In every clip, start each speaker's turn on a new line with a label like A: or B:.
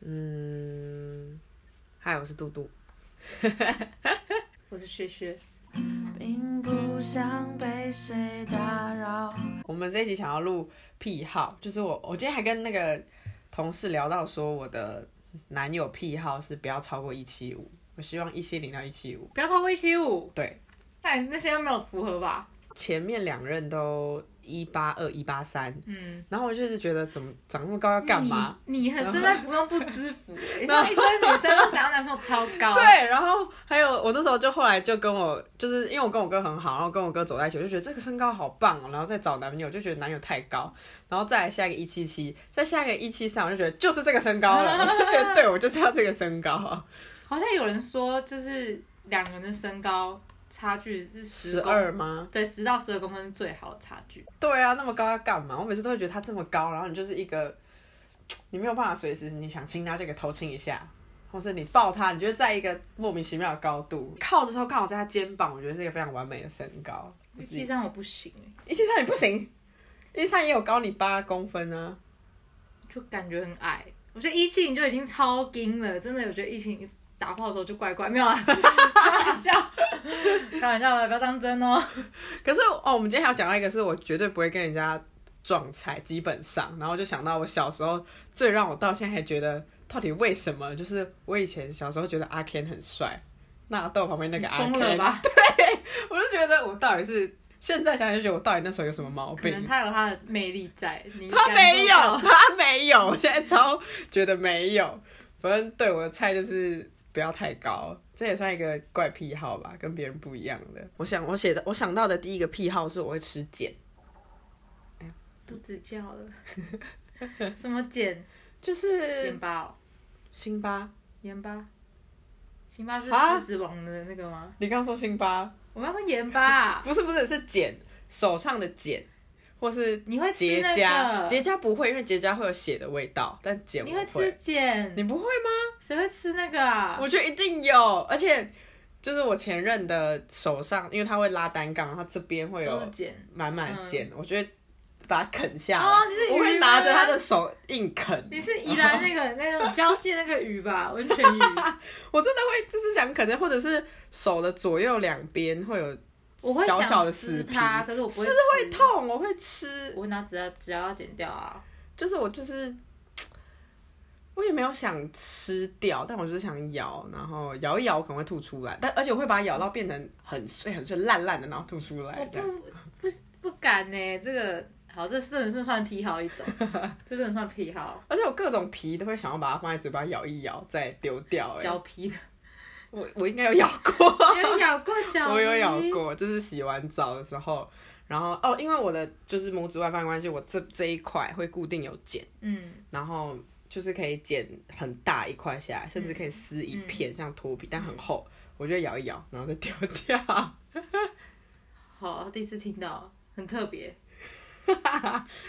A: 嗨，嗯我是嘟嘟。
B: 我是薛薛，
C: 并不想被谁打扰。
A: 我们这一集想要录癖好，就是我，我今天还跟那个同事聊到说，我的男友癖好是不要超过一七五，我希望一七零到一七五。
B: 不要超过一七五。
A: 对，
B: 但那些都没有符合吧？
A: 前面两任都一八二、一八三，
B: 嗯，
A: 然后我就是觉得怎么长那么高要干嘛？
B: 你你很身在福中不知福、 欸，然后一堆女生都想要男朋友超高。
A: 对，然后还有我那时候就后来就跟我，就是因为我跟我哥很好，然后跟我哥走在一起，我就觉得这个身高好棒哦，然后再找男友就觉得男友太高，然后再来下一个一七七，再下一个一七三，我就觉得就是这个身高了，我就觉 得对我就是要这个身高，啊
B: 好像有人说，就是两个人的身高差距是
A: 十
B: 十公
A: 二，吗？
B: 对，十到十二公分是最好的差距。
A: 对啊，那么高要干嘛？我每次都会觉得他这么高，然后你就是一个，你没有办法随时你想亲他就给偷亲一下。或是你抱他，你就在一个莫名其妙的高度靠的时候，刚好在他肩膀，我觉得是一个非常完美的身高。
B: 一七三我不行、欸，
A: 一七三也不行，一七三也有高你八公分啊。
B: 就感觉很矮。我觉得一七零就已经超精了，真的，我觉得一七零打炮的时候就怪怪，没有啦， 开玩笑，开玩笑的，不要当 真哦。
A: 可是哦，我们今天还要讲到一个，是我绝对不会跟人家撞菜，基本上。然后就想到我小时候最让我到现在还觉得，到底为什么？就是我以前小时候觉得阿 Ken 很帅，纳豆旁边那个阿
B: 疯了
A: Ken，
B: 吧？
A: 我就觉得我到底是现在想想就觉得我到底那时候有什么毛
B: 可能
A: 病？
B: 他有他的魅力在，你
A: 他
B: 感受
A: 没有，
B: 到
A: 他没有，我现在超觉得没有。反正对我的菜就是不要太高，这也算一个怪癖好吧，跟别人不一样的。我想我写的我想到的第一个癖好是我会吃碱，
B: 不指教了。 什么碱？
A: 就是
B: 盐巴哦，
A: 辛巴。
B: 盐巴。辛巴是
A: 啊
B: 狮子王的那个吗？
A: 你刚说辛巴？
B: 我们要说盐巴，
A: 不是不是是碱，手上的碱，或是
B: 你会吃
A: 结
B: 那
A: 痂。
B: 个？
A: 结痂不会，因为结痂会有血的味道，但碱
B: 你
A: 我
B: 会吃碱？
A: 你不会吗？
B: 谁会吃那个啊？
A: 我觉得一定有，而且就是我前任的手上，因为他会拉单杠，然后这边会
B: 都
A: 有
B: 是碱。
A: 满满茧，我觉得把它啃下来，
B: 嗯哦你是
A: 我会
B: 鱼
A: 拿
B: 吗
A: 着他的手硬啃，
B: 你是宜兰那 个那个礁溪那个鱼吧？温泉鱼，
A: 我真的会就是想啃的，或者是手的左右两边会有
B: 我会
A: 小小的
B: 想
A: 死
B: 撕
A: 皮，
B: 它，可是我不会
A: 撕
B: 吃。
A: 会痛，我会吃，
B: 我会拿指甲指甲要剪掉啊。
A: 就是我就是。我也没有想吃掉，但我就是想咬，然后咬一咬，我可能会吐出来，但而且我会把它咬到变成很碎、很碎、烂烂的，然后吐出来
B: 我
A: 这样。
B: 不不不敢呢、这个好，这真的是算癖 好一种，这真的算癖好，
A: 而且我各种皮都会想要把它放在嘴巴咬一咬，再丢掉、欸。
B: 脚 皮，
A: 我我应该有咬过，
B: 你有咬过脚皮？
A: 我有咬。过，就是洗完澡的时候，然后哦，因为我的就是拇指外翻的关系，我这这一块会固定有茧，
B: 嗯，
A: 然后就是可以剪很大一块下来，甚至可以撕
B: 嗯
A: 一片，像脱皮，但很厚。我就会咬一咬，然后再丢掉。
B: 好，第一次听到，很特别。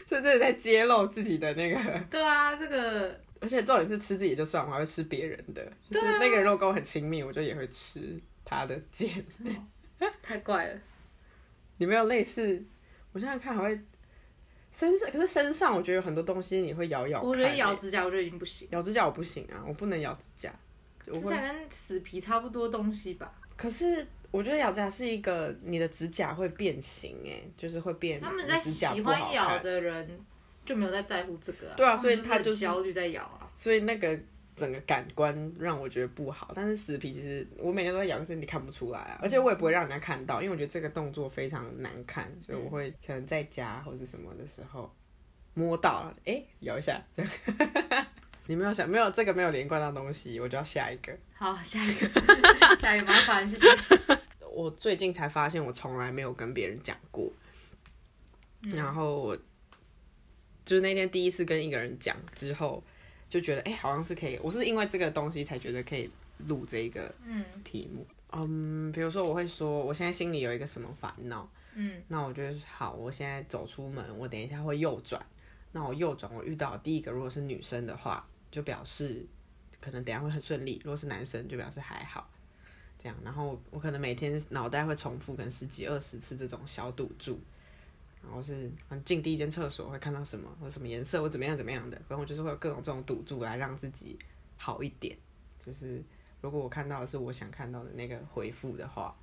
A: 这这在揭露自己的那个，
B: 对啊，这个
A: 而且重点是吃自己就算，我还会吃别人的。就是
B: 对啊
A: 那个人如果跟我很亲密，我就也会吃他的茧。
B: 太怪了。
A: 你没有类似？我想想看，还会身上，可是身上我觉得有很多东西你会咬咬看欸、
B: 我觉得咬指甲我就已经不行，
A: 咬指甲我不行啊，我不能咬指甲。我
B: 指
A: 会，
B: 甲跟死皮差不多东西吧。
A: 可是我觉得咬指甲是一个你的指甲会变形哎、就是会变。
B: 他们在
A: 指
B: 喜
A: 甲不好
B: 欢咬
A: 看，
B: 的人就没有在在乎这个、啊。
A: 对啊
B: 们
A: 所以他
B: 是
A: 就
B: 很
A: 是
B: 焦虑在咬 啊。
A: 所以那个整个感官让我觉得不好。但是死皮其实我每天都在咬，可是你看不出来啊，而且我也不会让人家看到，因为我觉得这个动作非常难看，所以
B: 嗯
A: 我会可能在家或是什么的时候摸到，哎、咬一下这样。 你没有想没有这个没有连贯到东西，我就要下一个。
B: 好，下一个，下一个，麻 烦，谢谢。
A: 我最近才发现，我从来没有跟别人讲过。然后我就是那天第一次跟一个人讲之后，就觉得哎、诶好像是可以。我是因为这个东西才觉得可以录这个
B: 嗯
A: 题目。嗯，比如说我会说，我现在心里有一个什么烦恼，
B: 嗯
A: 那我就会说好，我现在走出门，我等一下会右转。那我右转，我遇到的第一个如果是女生的话，就表示可能等一下会很顺利；如果是男生，就表示还好。这样，然后我我可能每天脑袋会重复可能十几二十次这种小赌注，然后是嗯进第一间厕所会看到什么，或什么颜色，或怎么样怎么样的，反正我就是会有各种这种赌注来让自己好一点，就是如果我看到的是我想看到的那个回复的话，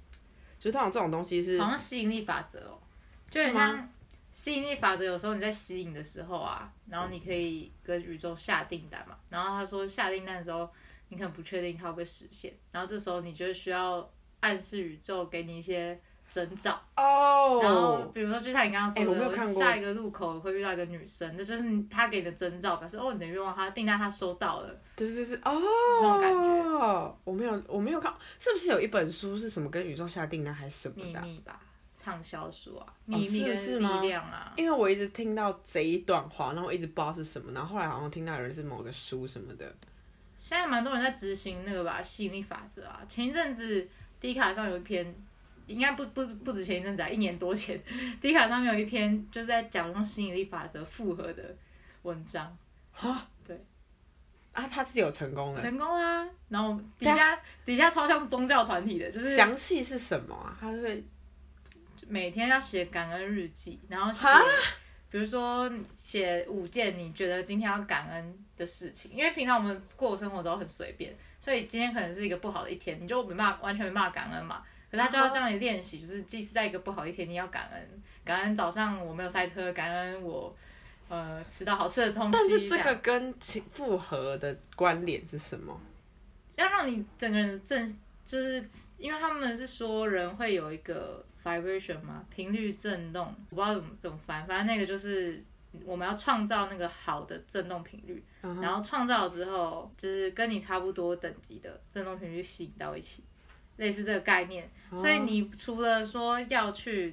A: 就通常这种东西是
B: 好像吸引力法则哦，就很
A: 是吗
B: 像吸引力法则。有时候你在吸引的时候啊，然后你可以跟宇宙下订单嘛。然后他说下订单的时候，你可能不确定它会不会实现，然后这时候你就需要暗示宇宙给你一些征兆。
A: 哦
B: 然后比如说，就像你刚刚说
A: 哎
B: 的，
A: 我没有看过
B: 下一个路口会遇到一个女生，这就是他给你的征兆，表示哦你的愿望，他订单他收到了。
A: 对对对对，哦，
B: 那种感
A: 觉。我没有，我没有看，是不是有一本书是什么跟宇宙下订单还是什么
B: 秘
A: 的啊、
B: 密吧，畅销书啊，秘密
A: 哦是
B: 跟
A: 是吗
B: 力量啊，
A: 因为我一直听到这一段话，然后我一直不知道是什么，然后后来好像听到有人是某个书什么的，
B: 现在蛮多人在执行那个吧吸引力法则啊。前一阵子 D 卡上有一篇，应该不不不止前一阵子啊，一年多前 D 卡上面有一篇就是在讲用吸引力法则复合的文章，
A: 啊，他自己有成功了。
B: 成功啊。然后底
A: 对啊
B: 下底下超像宗教团体的，就是
A: 详细是什么啊？他会
B: 每天要写感恩日记，然后写
A: 哈，
B: 比如说写五件你觉得今天要感恩的事情，因为平常我们过生活都很随便，所以今天可能是一个不好的一天，你就没办法完全没办法感恩嘛。可是他就要让你练习，就是即使在一个不好的一天，你要感恩，感恩早上我没有塞车，感恩我呃吃到好吃的东西。
A: 但是这
B: 样
A: 个跟情复合的关联是什么？
B: 要让你整个人正，就是因为他们是说人会有一个 vibration 嘛，频率震动，我不知道怎么怎么翻，反正那个就是我们要创造那个好的震动频率，
A: 嗯
B: 然后创造了之后，就是跟你差不多等级的震动频率吸引到一起，类似这个概念。
A: 哦
B: 所以你除了说要去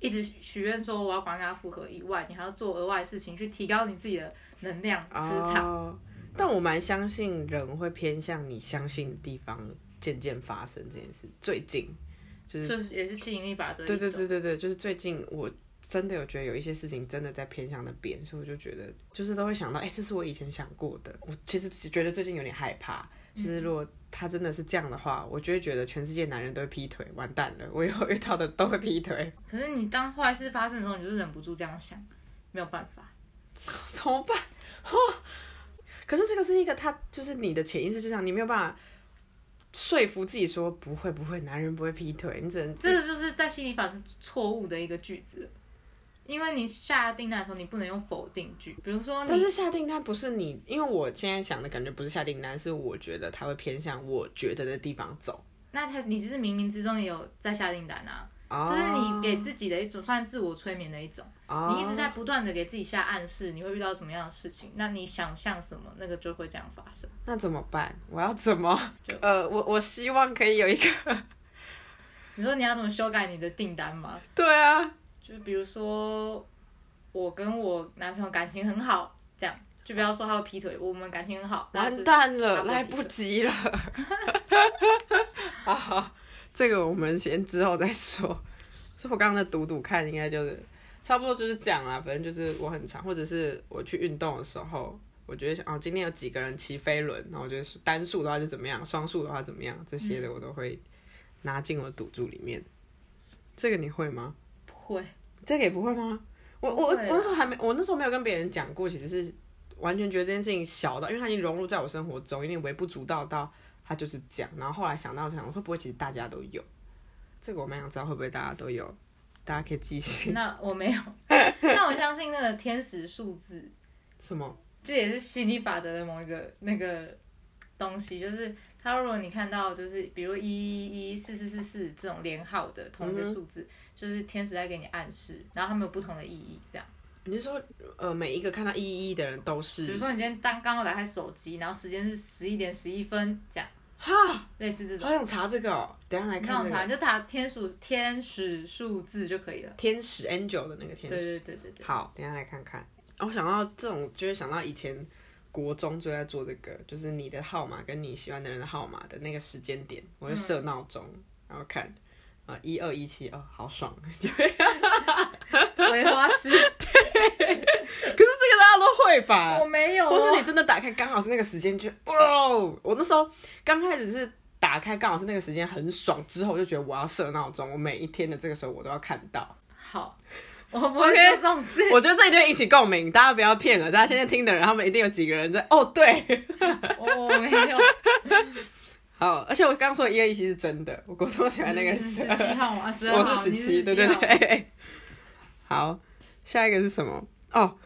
B: 一直许愿说我要赶快跟他复合以外，你还要做额外的事情去提高你自己的能量磁场。
A: 哦但我蛮相信人会偏向你相信的地方渐渐发生这件事。最近就是
B: 就是也是吸引力法则的一
A: 对
B: 种，
A: 对对对对，就是最近我真的有觉得有一些事情真的在偏向那边，所以我就觉得就是都会想到，哎、这是我以前想过的。我其实觉得最近有点害怕，
B: 嗯
A: 就是如果他真的是这样的话，我就会觉得全世界男人都会劈腿，完蛋了，我以后遇到的都会劈腿，
B: 可是你当坏事发生的时候，你就是忍不住这样想，没有办法。
A: 怎么办？可是这个是一个他就是你的潜意识，就像你没有办法。说服自己说不会不会，男人不会劈腿，你只能
B: 这个就是在心理法是错误的一个句子，因为你下定单的时候，你不能用否定句，比如说
A: 但
B: 你
A: 是下订单不是你，因为我现在想的感觉不是下订单，是我觉得他会偏向我觉得的地方走。
B: 那他你就是冥冥之中也有在下订单啊，
A: 哦
B: 这是你给自己的一种算自我催眠的一种，
A: 哦
B: 你一直在不断的给自己下暗示，你会遇到怎么样的事情，那你想象什么，那个就会这样发生。
A: 那怎么办？我要怎么
B: 就？
A: 呃，我我希望可以有一个
B: 你说你要怎么修改你的订单吗？
A: 对啊，
B: 就是比如说，我跟我男朋友感情很好，这样就不要说他会劈腿，我们感情很好，然后
A: 完
B: 就
A: 蛋了，
B: 他不会
A: 来
B: 劈
A: 不
B: 腿
A: 及 了。好好，这个我们先之后再说。所以我刚刚的赌赌看，应该就是差不多就是这样啦。反正就是我很长，或者是我去运动的时候，我觉得想哦，今天有几个人骑飞轮，然后我觉得是单数的话就怎么样，双数的话怎么样，这些的我都会拿进我的赌注里面。这个你会吗？
B: 不会。
A: 这个也不会吗？我我我
B: 不会啊
A: 那时候还没，我那时候没有跟别人讲过，其实是完全觉得这件事情小到，因为它已经融入在我生活中，有点微不足道到它就是这样。然后后来想到想，会不会其实大家都有？这个我蛮想知道会不会大家都有，大家可以记 性
B: 那我没有，那我相信那个天使数字，
A: 什么？
B: 这也是吸引力法则的某一个那个东西，就是它如果你看到就是比如一一一四四四四这种连号的同一个数字，就是天使在给你暗示，然后他们有不同的意义，这样。
A: 你是说呃每一个看到一一的人都
B: 比如
A: 是
B: 说你今天当刚好打开手机，然后时间是十一点十一分，这样，
A: 哈？
B: 类似这种。
A: 好想查这个、哦，等一下来
B: 你看
A: 看、
B: 我
A: 那
B: 查，
A: 个
B: 你就打天数天使数字就可以了。
A: 天使 angel 的那个
B: 对
A: 天使。
B: 对对对对。
A: 好，等一下来看看。哦我想到这种，就会想到以前国中就在做这个，就是你的号码跟你喜欢的人的号码的那个时间点，我会设闹钟，然后看啊一二一七哦，好爽！ 可
B: 葵花
A: 是
B: 池，
A: 这个大家都会吧
B: 我？没有、哦。
A: 或是你真的打开刚好是那个时间，就哇哦！我那时候刚开始是打开刚好是那个时间很爽，之后我就觉得我要设闹钟，我每一天的这个时候我都要看到。
B: 好，我不会做这种事。
A: 我觉得这一对一起共鸣，大家不要骗了，大家 现在听的人他们一定有几个人在哦对。
B: 我我没有，
A: 好，而且我刚刚说一二一其实真的，我国中喜欢那个人
B: 十
A: 12
B: 七号嘛，嗯十二
A: 我
B: 号，
A: 是十
B: 你
A: 七，
B: 17
A: 对对
B: 号，
A: 对。 好，下一个是什么？哦，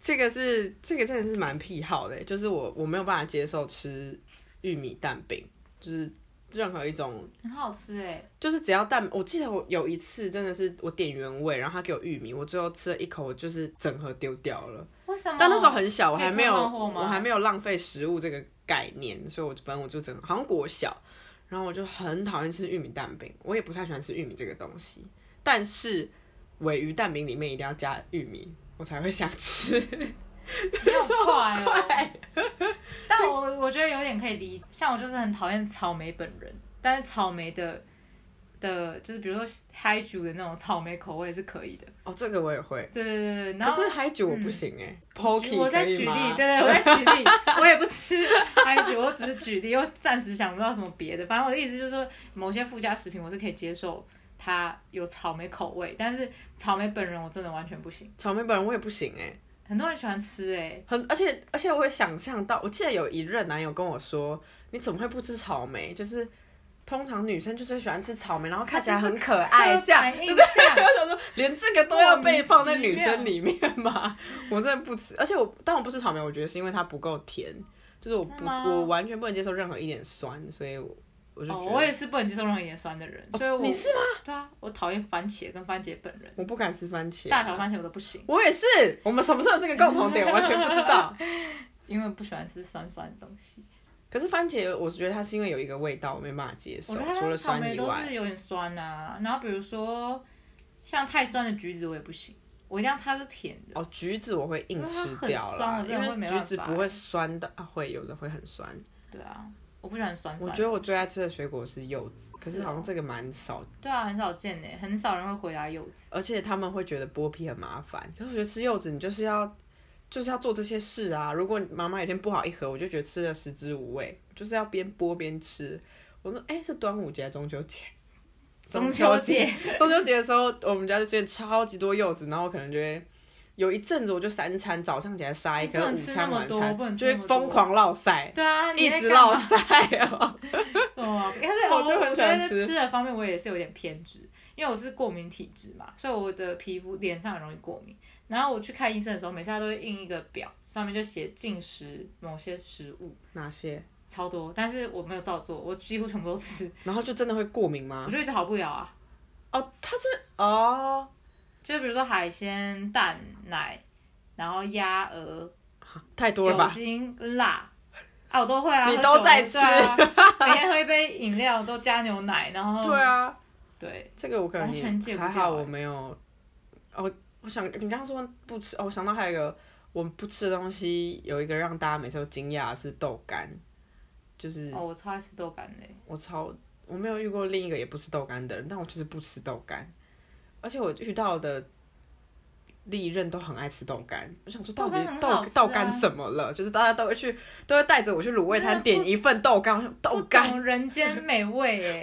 A: 这个是这个真的是蛮癖好的，就是我我没有办法接受吃玉米蛋饼，就是任何一种，
B: 很好吃哎，
A: 就是只要蛋，我记得我有一次真的是我点原味，然后他给我玉米，我最后吃了一口，我就是整盒丢掉了。
B: 为什么？
A: 但那时候很小，我还没有，
B: 哦可以退换货吗
A: 我还没有浪费食物这个概念，所以我就反正我就整好像国小，然后我就很讨厌吃玉米蛋饼，我也不太喜欢吃玉米这个东西，但是尾鱼蛋饼里面一定要加玉米，我才会想吃。
B: 没有怪
A: 好
B: 哦。
A: 怪
B: 但我我觉得有点可以理，像我就是很讨厌草莓本人，但是草莓的的，就是比如说嗨煮的那种草莓口味是可以的。
A: 哦，这个我也会，
B: 对对对对，然
A: 可
B: 后嗯
A: 是。海酒我不行哎、p o k y
B: 我在举例，对对，我在举例，我也不吃嗨煮，我只是举例，我暂时想不到什么别的。反正我的意思就是说，某些附加食品我是可以接受，它有草莓口味，但是草莓本人我真的完全不行。
A: 草莓本人我也不行哎、
B: 很多人喜欢吃哎、
A: 很，而且而且我也想象到，我记得有一任男友跟我说，你怎么会不吃草莓？就是通常女生就是喜欢吃草莓，然后看起来很可爱，
B: 刻
A: 这样。
B: 板印象，
A: 我想说，连这个都要被放在女生里面吗？ 我真的不吃，而且我但我不吃草莓，我觉得是因为它不够甜，就是我
B: 真的
A: 不
B: 吗
A: 我完全不能接受任何一点酸，所以我我就觉
B: 哦，
A: 得、
B: 我也是不能接受任何一点酸的人，所以我
A: 哦你是吗？
B: 对啊，我讨厌番茄跟番茄本人，
A: 我不敢吃番茄，啊
B: 大小番茄我都不行，
A: 我也是，我们什么时候有这个共同点？我完全不知 道。
B: 因为不喜欢吃酸酸的东西。
A: 可是番茄，我觉得它是因为有一个味道我没办法接受
B: 我觉得，
A: 除
B: 它
A: 了
B: 草
A: 酸
B: 莓
A: 以
B: 都
A: 外
B: 是，有点酸啊，然后比如说像太酸的橘子我也不行，我一定要它是甜的。
A: 哦，橘子我会硬吃掉
B: 因为它
A: 了
B: 啊很酸我，真
A: 因
B: 的
A: 为
B: 会没办
A: 橘
B: 法
A: 子不会酸的，啊、会有的会很酸。
B: 对啊，我不喜欢酸酸的。
A: 我觉得我最爱吃的水果是柚子，可
B: 是
A: 是
B: 哦
A: 好像这个蛮少，
B: 对啊，很少见呢、很少人会回答柚子。
A: 而且他们会觉得剥皮很麻烦。可是我觉得吃柚子，你就是要就是要做这些事啊。如果妈妈有一天不好一盒，我就觉得吃的食之无味，就是要边剥边吃。我说，哎、是端午节还是中秋节？
B: 中秋节，
A: 中秋节的时候，我们家就出现超级多柚子，然后我可能就会有一阵子我就三餐早上起来杀一
B: 不
A: 颗，
B: 能
A: 午
B: 吃
A: 餐
B: 那么
A: 晚
B: 多不能
A: 餐
B: 吃
A: 就
B: 那
A: 会
B: 么多
A: 疯狂落晒，
B: 对啊，你
A: 一
B: 在
A: 直
B: 干嘛
A: 落晒 哦。
B: 什么毛病？但是
A: 我就很喜欢
B: 我觉得
A: 吃
B: 吃的方面，我也是有点偏执，因为我是过敏体质嘛，所以我的皮肤脸上很容易过敏。然后我去看医生的时候，每次他都会印一个表，上面就写禁食某些食物，
A: 哪些？
B: 超多，但是我没有照做，我几乎全部都吃，
A: 然后就真的会过敏
B: 我
A: 吗？
B: 就一直好不了啊。
A: 哦，它这哦，
B: 就是比如说海鲜、蛋、奶，然后鸭、鹅、
A: 太多了
B: 酒
A: 吧？
B: 精、辣。啊，我都会啊，
A: 你
B: 喝
A: 都
B: 酒
A: 在
B: 对 啊每天喝一杯饮料，都加牛奶，然后
A: 对啊，
B: 对，
A: 这个我可能
B: 哦完全戒
A: 也
B: 不掉
A: 还好，
B: 欸
A: 我没有。哦，我想你刚刚说不吃哦，我想到还有一个我不吃的东西，有一个让大家每次都惊讶的是豆干，就是
B: 哦，我超爱吃豆干的欸。
A: 我超我没有遇过另一个也不吃豆干的人，但我就是不吃豆干，而且我遇到的历任都很爱吃豆干。我想说，到底
B: 豆干很
A: 豆
B: 好吃啊
A: 豆干怎么了？就是大家都会去，都会带着我去卤味
B: 真的
A: 摊
B: 不
A: 点一份豆干，我想豆干
B: 不懂人间美 味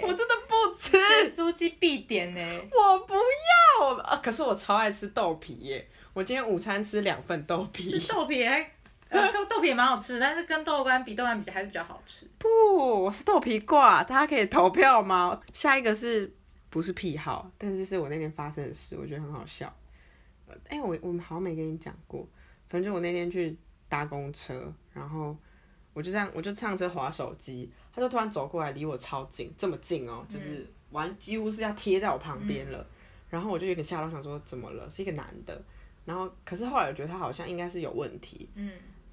A: 我
B: 哎，
A: 真的不吃，
B: 吃酥鸡必点哎，
A: 我不要。啊，可是我超爱吃豆皮耶！我今天午餐吃两份豆
B: 吃
A: 皮，
B: 豆皮也还。呃，豆豆皮也蛮好吃的，但是跟豆干比，豆干比还是比较好吃。
A: 不，我是豆皮挂，大家可以投票吗？下一个是不是癖好？但是是我那天发生的事，我觉得很好笑。呃哎、我我们好像没跟你讲过，反正我那天去搭公车，然后我就这样，我就上车划手机，他就突然走过来，离我超近，这么近哦，就是完几乎是要贴在我旁边了。然后我就有点吓到，想说怎么了？是一个男的。然后可是后来我觉得他好像应该是有问题，
B: 嗯，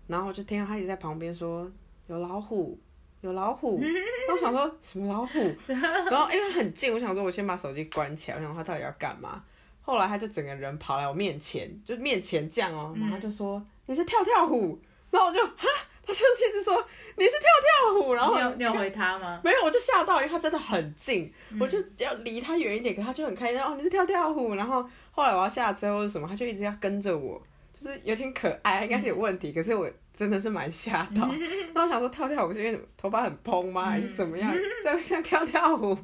A: 然后我就听到他一直在旁边说有老虎，有老 虎。然后我想说什么老虎？然后因为很近，我想说我先把手机关起来，我想他到底要干嘛。后来他就整个人跑来我面前，就面前这样哦、然
B: 嗯
A: 后就说、你是跳跳虎。然后我就哈，他就是一直说你是跳跳虎，然后
B: 嗯你
A: 我
B: 有你有回他吗？
A: 没有，我就吓到，因为他真的很近，
B: 嗯
A: 我就要离他远一点，可他就很开心，哦，你是跳跳虎。然后后来我要下车或者什么，他就一直要跟着我，就是有点可爱，应该是有问题，可是我真的是蛮吓到。
B: 嗯
A: 那我想说跳跳虎是因为 头发很蓬吗，还是怎么样？再像跳跳虎，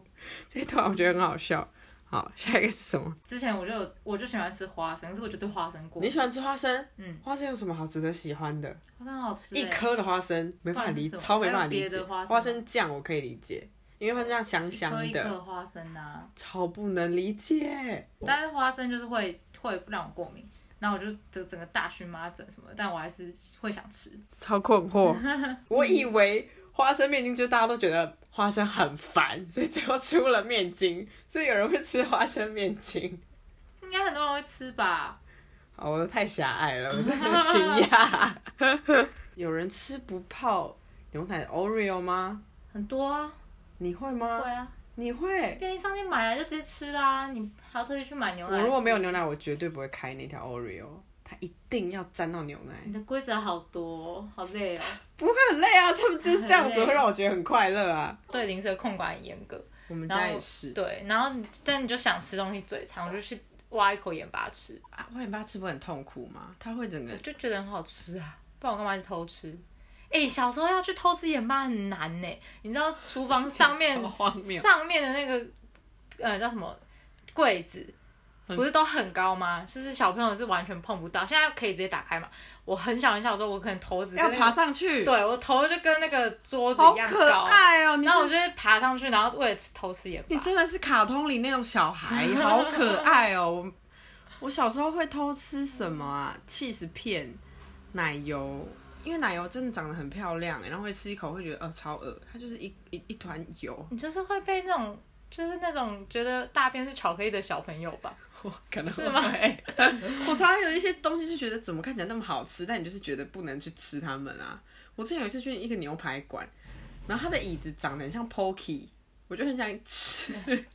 A: 这一段我觉得很好笑。好，下一个是什么？
B: 之前我就有我就喜欢吃花生，可是我就对花生过敏
A: 你喜欢吃花生？
B: 嗯，
A: 花生有什么好值得喜欢的？
B: 花生很好吃、欸，
A: 一颗的花生没办法理，
B: 不然是什么
A: 超没办法
B: 还
A: 理
B: 有别
A: 解。
B: 的花生吗
A: 酱我可以理解，因为花生酱香
B: 一
A: 香
B: 颗一
A: 的，
B: 颗花生啊，
A: 超不能理解。
B: 但是花生就是会会让我过敏，然后我就整整个大荨麻疹什么的，但我还是会想吃。
A: 超困惑。 我以为花生面筋就大家都觉得花生很 烦，所以最后出了面筋，所以有人会吃花生面筋。
B: 应该很多人会吃吧？
A: 好，我太狭隘了，我真的 很惊讶。 有人吃不泡牛奶 Oreo 吗？
B: 很多啊，
A: 你会
B: 会
A: 吗？
B: 啊，
A: 你会。
B: 便利商店买来就直接吃啦、你还要特地去买牛奶
A: 我
B: 吃。
A: 如果没有牛奶，我绝对不会开那条 Oreo，它一定要沾到牛奶。
B: 你的规则好多哦，好累哦。
A: 不会很累啊，他们就是这样子会让我觉得 很快乐啊。
B: 对零食控管很严格，
A: 我们
B: 然后
A: 家也是
B: 对，然后你但你就想吃东西嘴馋，我就去挖一口盐巴吃，
A: 啊，我很怕吃不很痛苦吗？它会整个
B: 我就觉得很好吃啊，不然我干嘛去偷吃？哎、小时候要去偷吃盐巴很难呢、你知道厨房上 面
A: 超荒谬
B: 上面的那个呃叫什么柜子，不是都很高吗？就是小朋友是完全碰不到，现在可以直接打开嘛。我很小很小的时候，我可能头只跟
A: 要
B: 那个
A: 爬上去，
B: 对我头就跟那个桌子
A: 好
B: 一样
A: 可
B: 高，
A: 爱哦、你
B: 然后我
A: 是
B: 就会爬上去，然后为了吃偷吃盐巴
A: 你。真的是卡通里那种小 孩，好可爱哦、我我小时候会偷吃什么啊？气死片、奶油，因为奶油真的长得很漂亮、欸然后会吃一口会觉得哦超恶，它就是一一一团油。
B: 你就是会被那种就是那种觉得大便是巧克力的小朋友吧？
A: 我可能
B: 是吗
A: 会 我常常有一些东西是觉得怎么看起来那么好吃，但你就是觉得不能去吃它们啊。我之前有一次去一个牛排馆，然后它的椅子长得很像 Pokey，我就很想吃。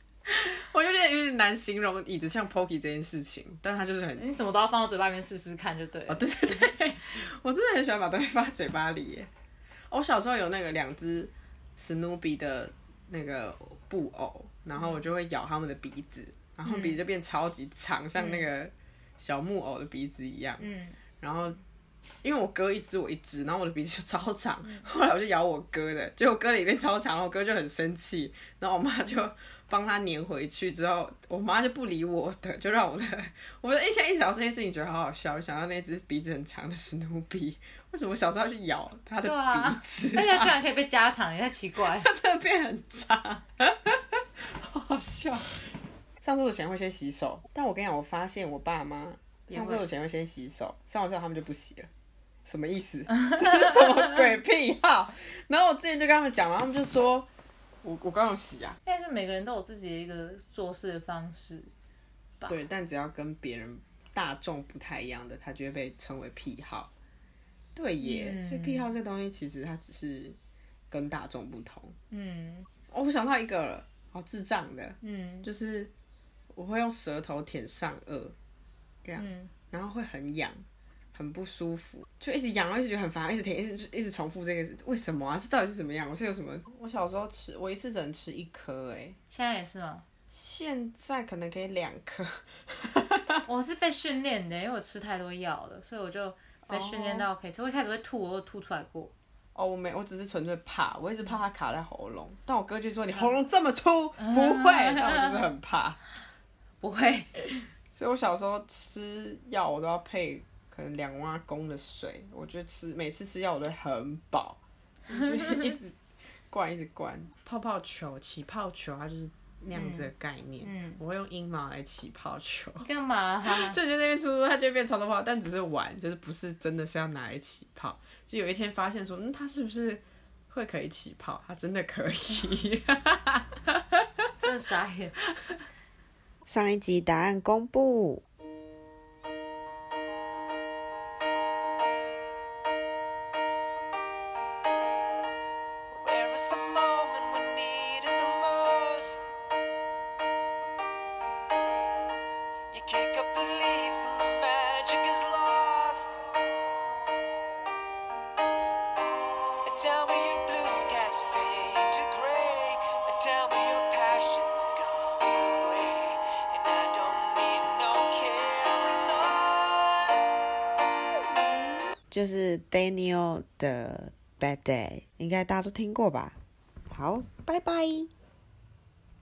A: 我有点有点难形容椅子像 Pokey 这件事情，但它就是很
B: 你什么都要放到嘴巴里面试试看就对了。
A: 哦，对对对，我真的很喜欢把东西放在嘴巴里耶。我小时候有那个两只史努比的那个布偶，然后我就会咬它们的鼻子，然后鼻子就变超级长，像那个小木偶的鼻子一样。
B: 嗯，
A: 然后因为我哥一只我一只，然后我的鼻子就 超长，
B: 嗯
A: 后来我就咬我哥的，结果我哥的也变超长，然后我哥就很生气，然后我妈就帮他粘回去，之后我妈就不理我的，就让我的，我就一现在一想到这件事情觉得好好笑，想到那只鼻子很长的史努比，为什么我小时候要去咬他的
B: 对啊
A: 鼻子？
B: 而且它居然可以被加长，也太奇怪。
A: 它 真的变很长， 好好笑。上厕所前会先洗手，但我跟你讲，我发现我爸妈
B: 也
A: 上
B: 会
A: 厕所前会先洗手，上完之后他们就不洗了，什么意思？ 这是什么鬼癖好？然后我之前就跟他们讲，然后他们就说，我我刚有洗啊，
B: 但是每个人都有自己的一个做事的方式，吧
A: 对，但只要跟别人大众不太一样的，它就会被称为癖好。对耶，
B: 嗯
A: 所以癖好这东西其实它只是跟大众不同。
B: 嗯
A: 哦，我想到一个了，好智障的，
B: 嗯
A: 就是我会用舌头舔上颚，这样，
B: 嗯，
A: 然后会很痒，很不舒服，就一直痒，然后一直觉得很烦，一直舔，一直一直重复这个事，为什么啊？这到底是怎么样？我是有什么？我小时候吃，我一次只能吃一颗，哎，
B: 现在也是吗？
A: 现在可能可以两颗，
B: 我是被训练的，因为我吃太多药了，所以我就被训练到可以吃。我一开始会吐，我有吐出来过。
A: 哦，我没，我只是纯粹怕，我一直怕它卡在喉咙，但我哥就说你喉咙这么 粗，不会，但我就是很怕，
B: 不会，
A: 所以我小时候吃药我都要配可能两挖公的水，我觉得吃每次吃药我都会很饱，就一直 灌一直灌。泡泡球、起泡球，它就是那样子的概念。
B: 嗯
A: 我会用阴毛来起泡球，
B: 你 干嘛、
A: 就觉得那边出它就会变长头发，但只是玩，就是不是真的是要拿来起泡。就有一天发现说，嗯，它是不是会可以起泡？它真的可以。
B: 真的傻眼。
A: 上一集答案公布。
C: Where is the moment we need it the most? You kick up the leaves and the magic is lost. And tell me your blue skies fade to gray. And tell me your passion's gone away. And I don't need no carrying on.
D: 就是 Daniel 的 Bad Day，应该大家都听过吧？好，拜拜。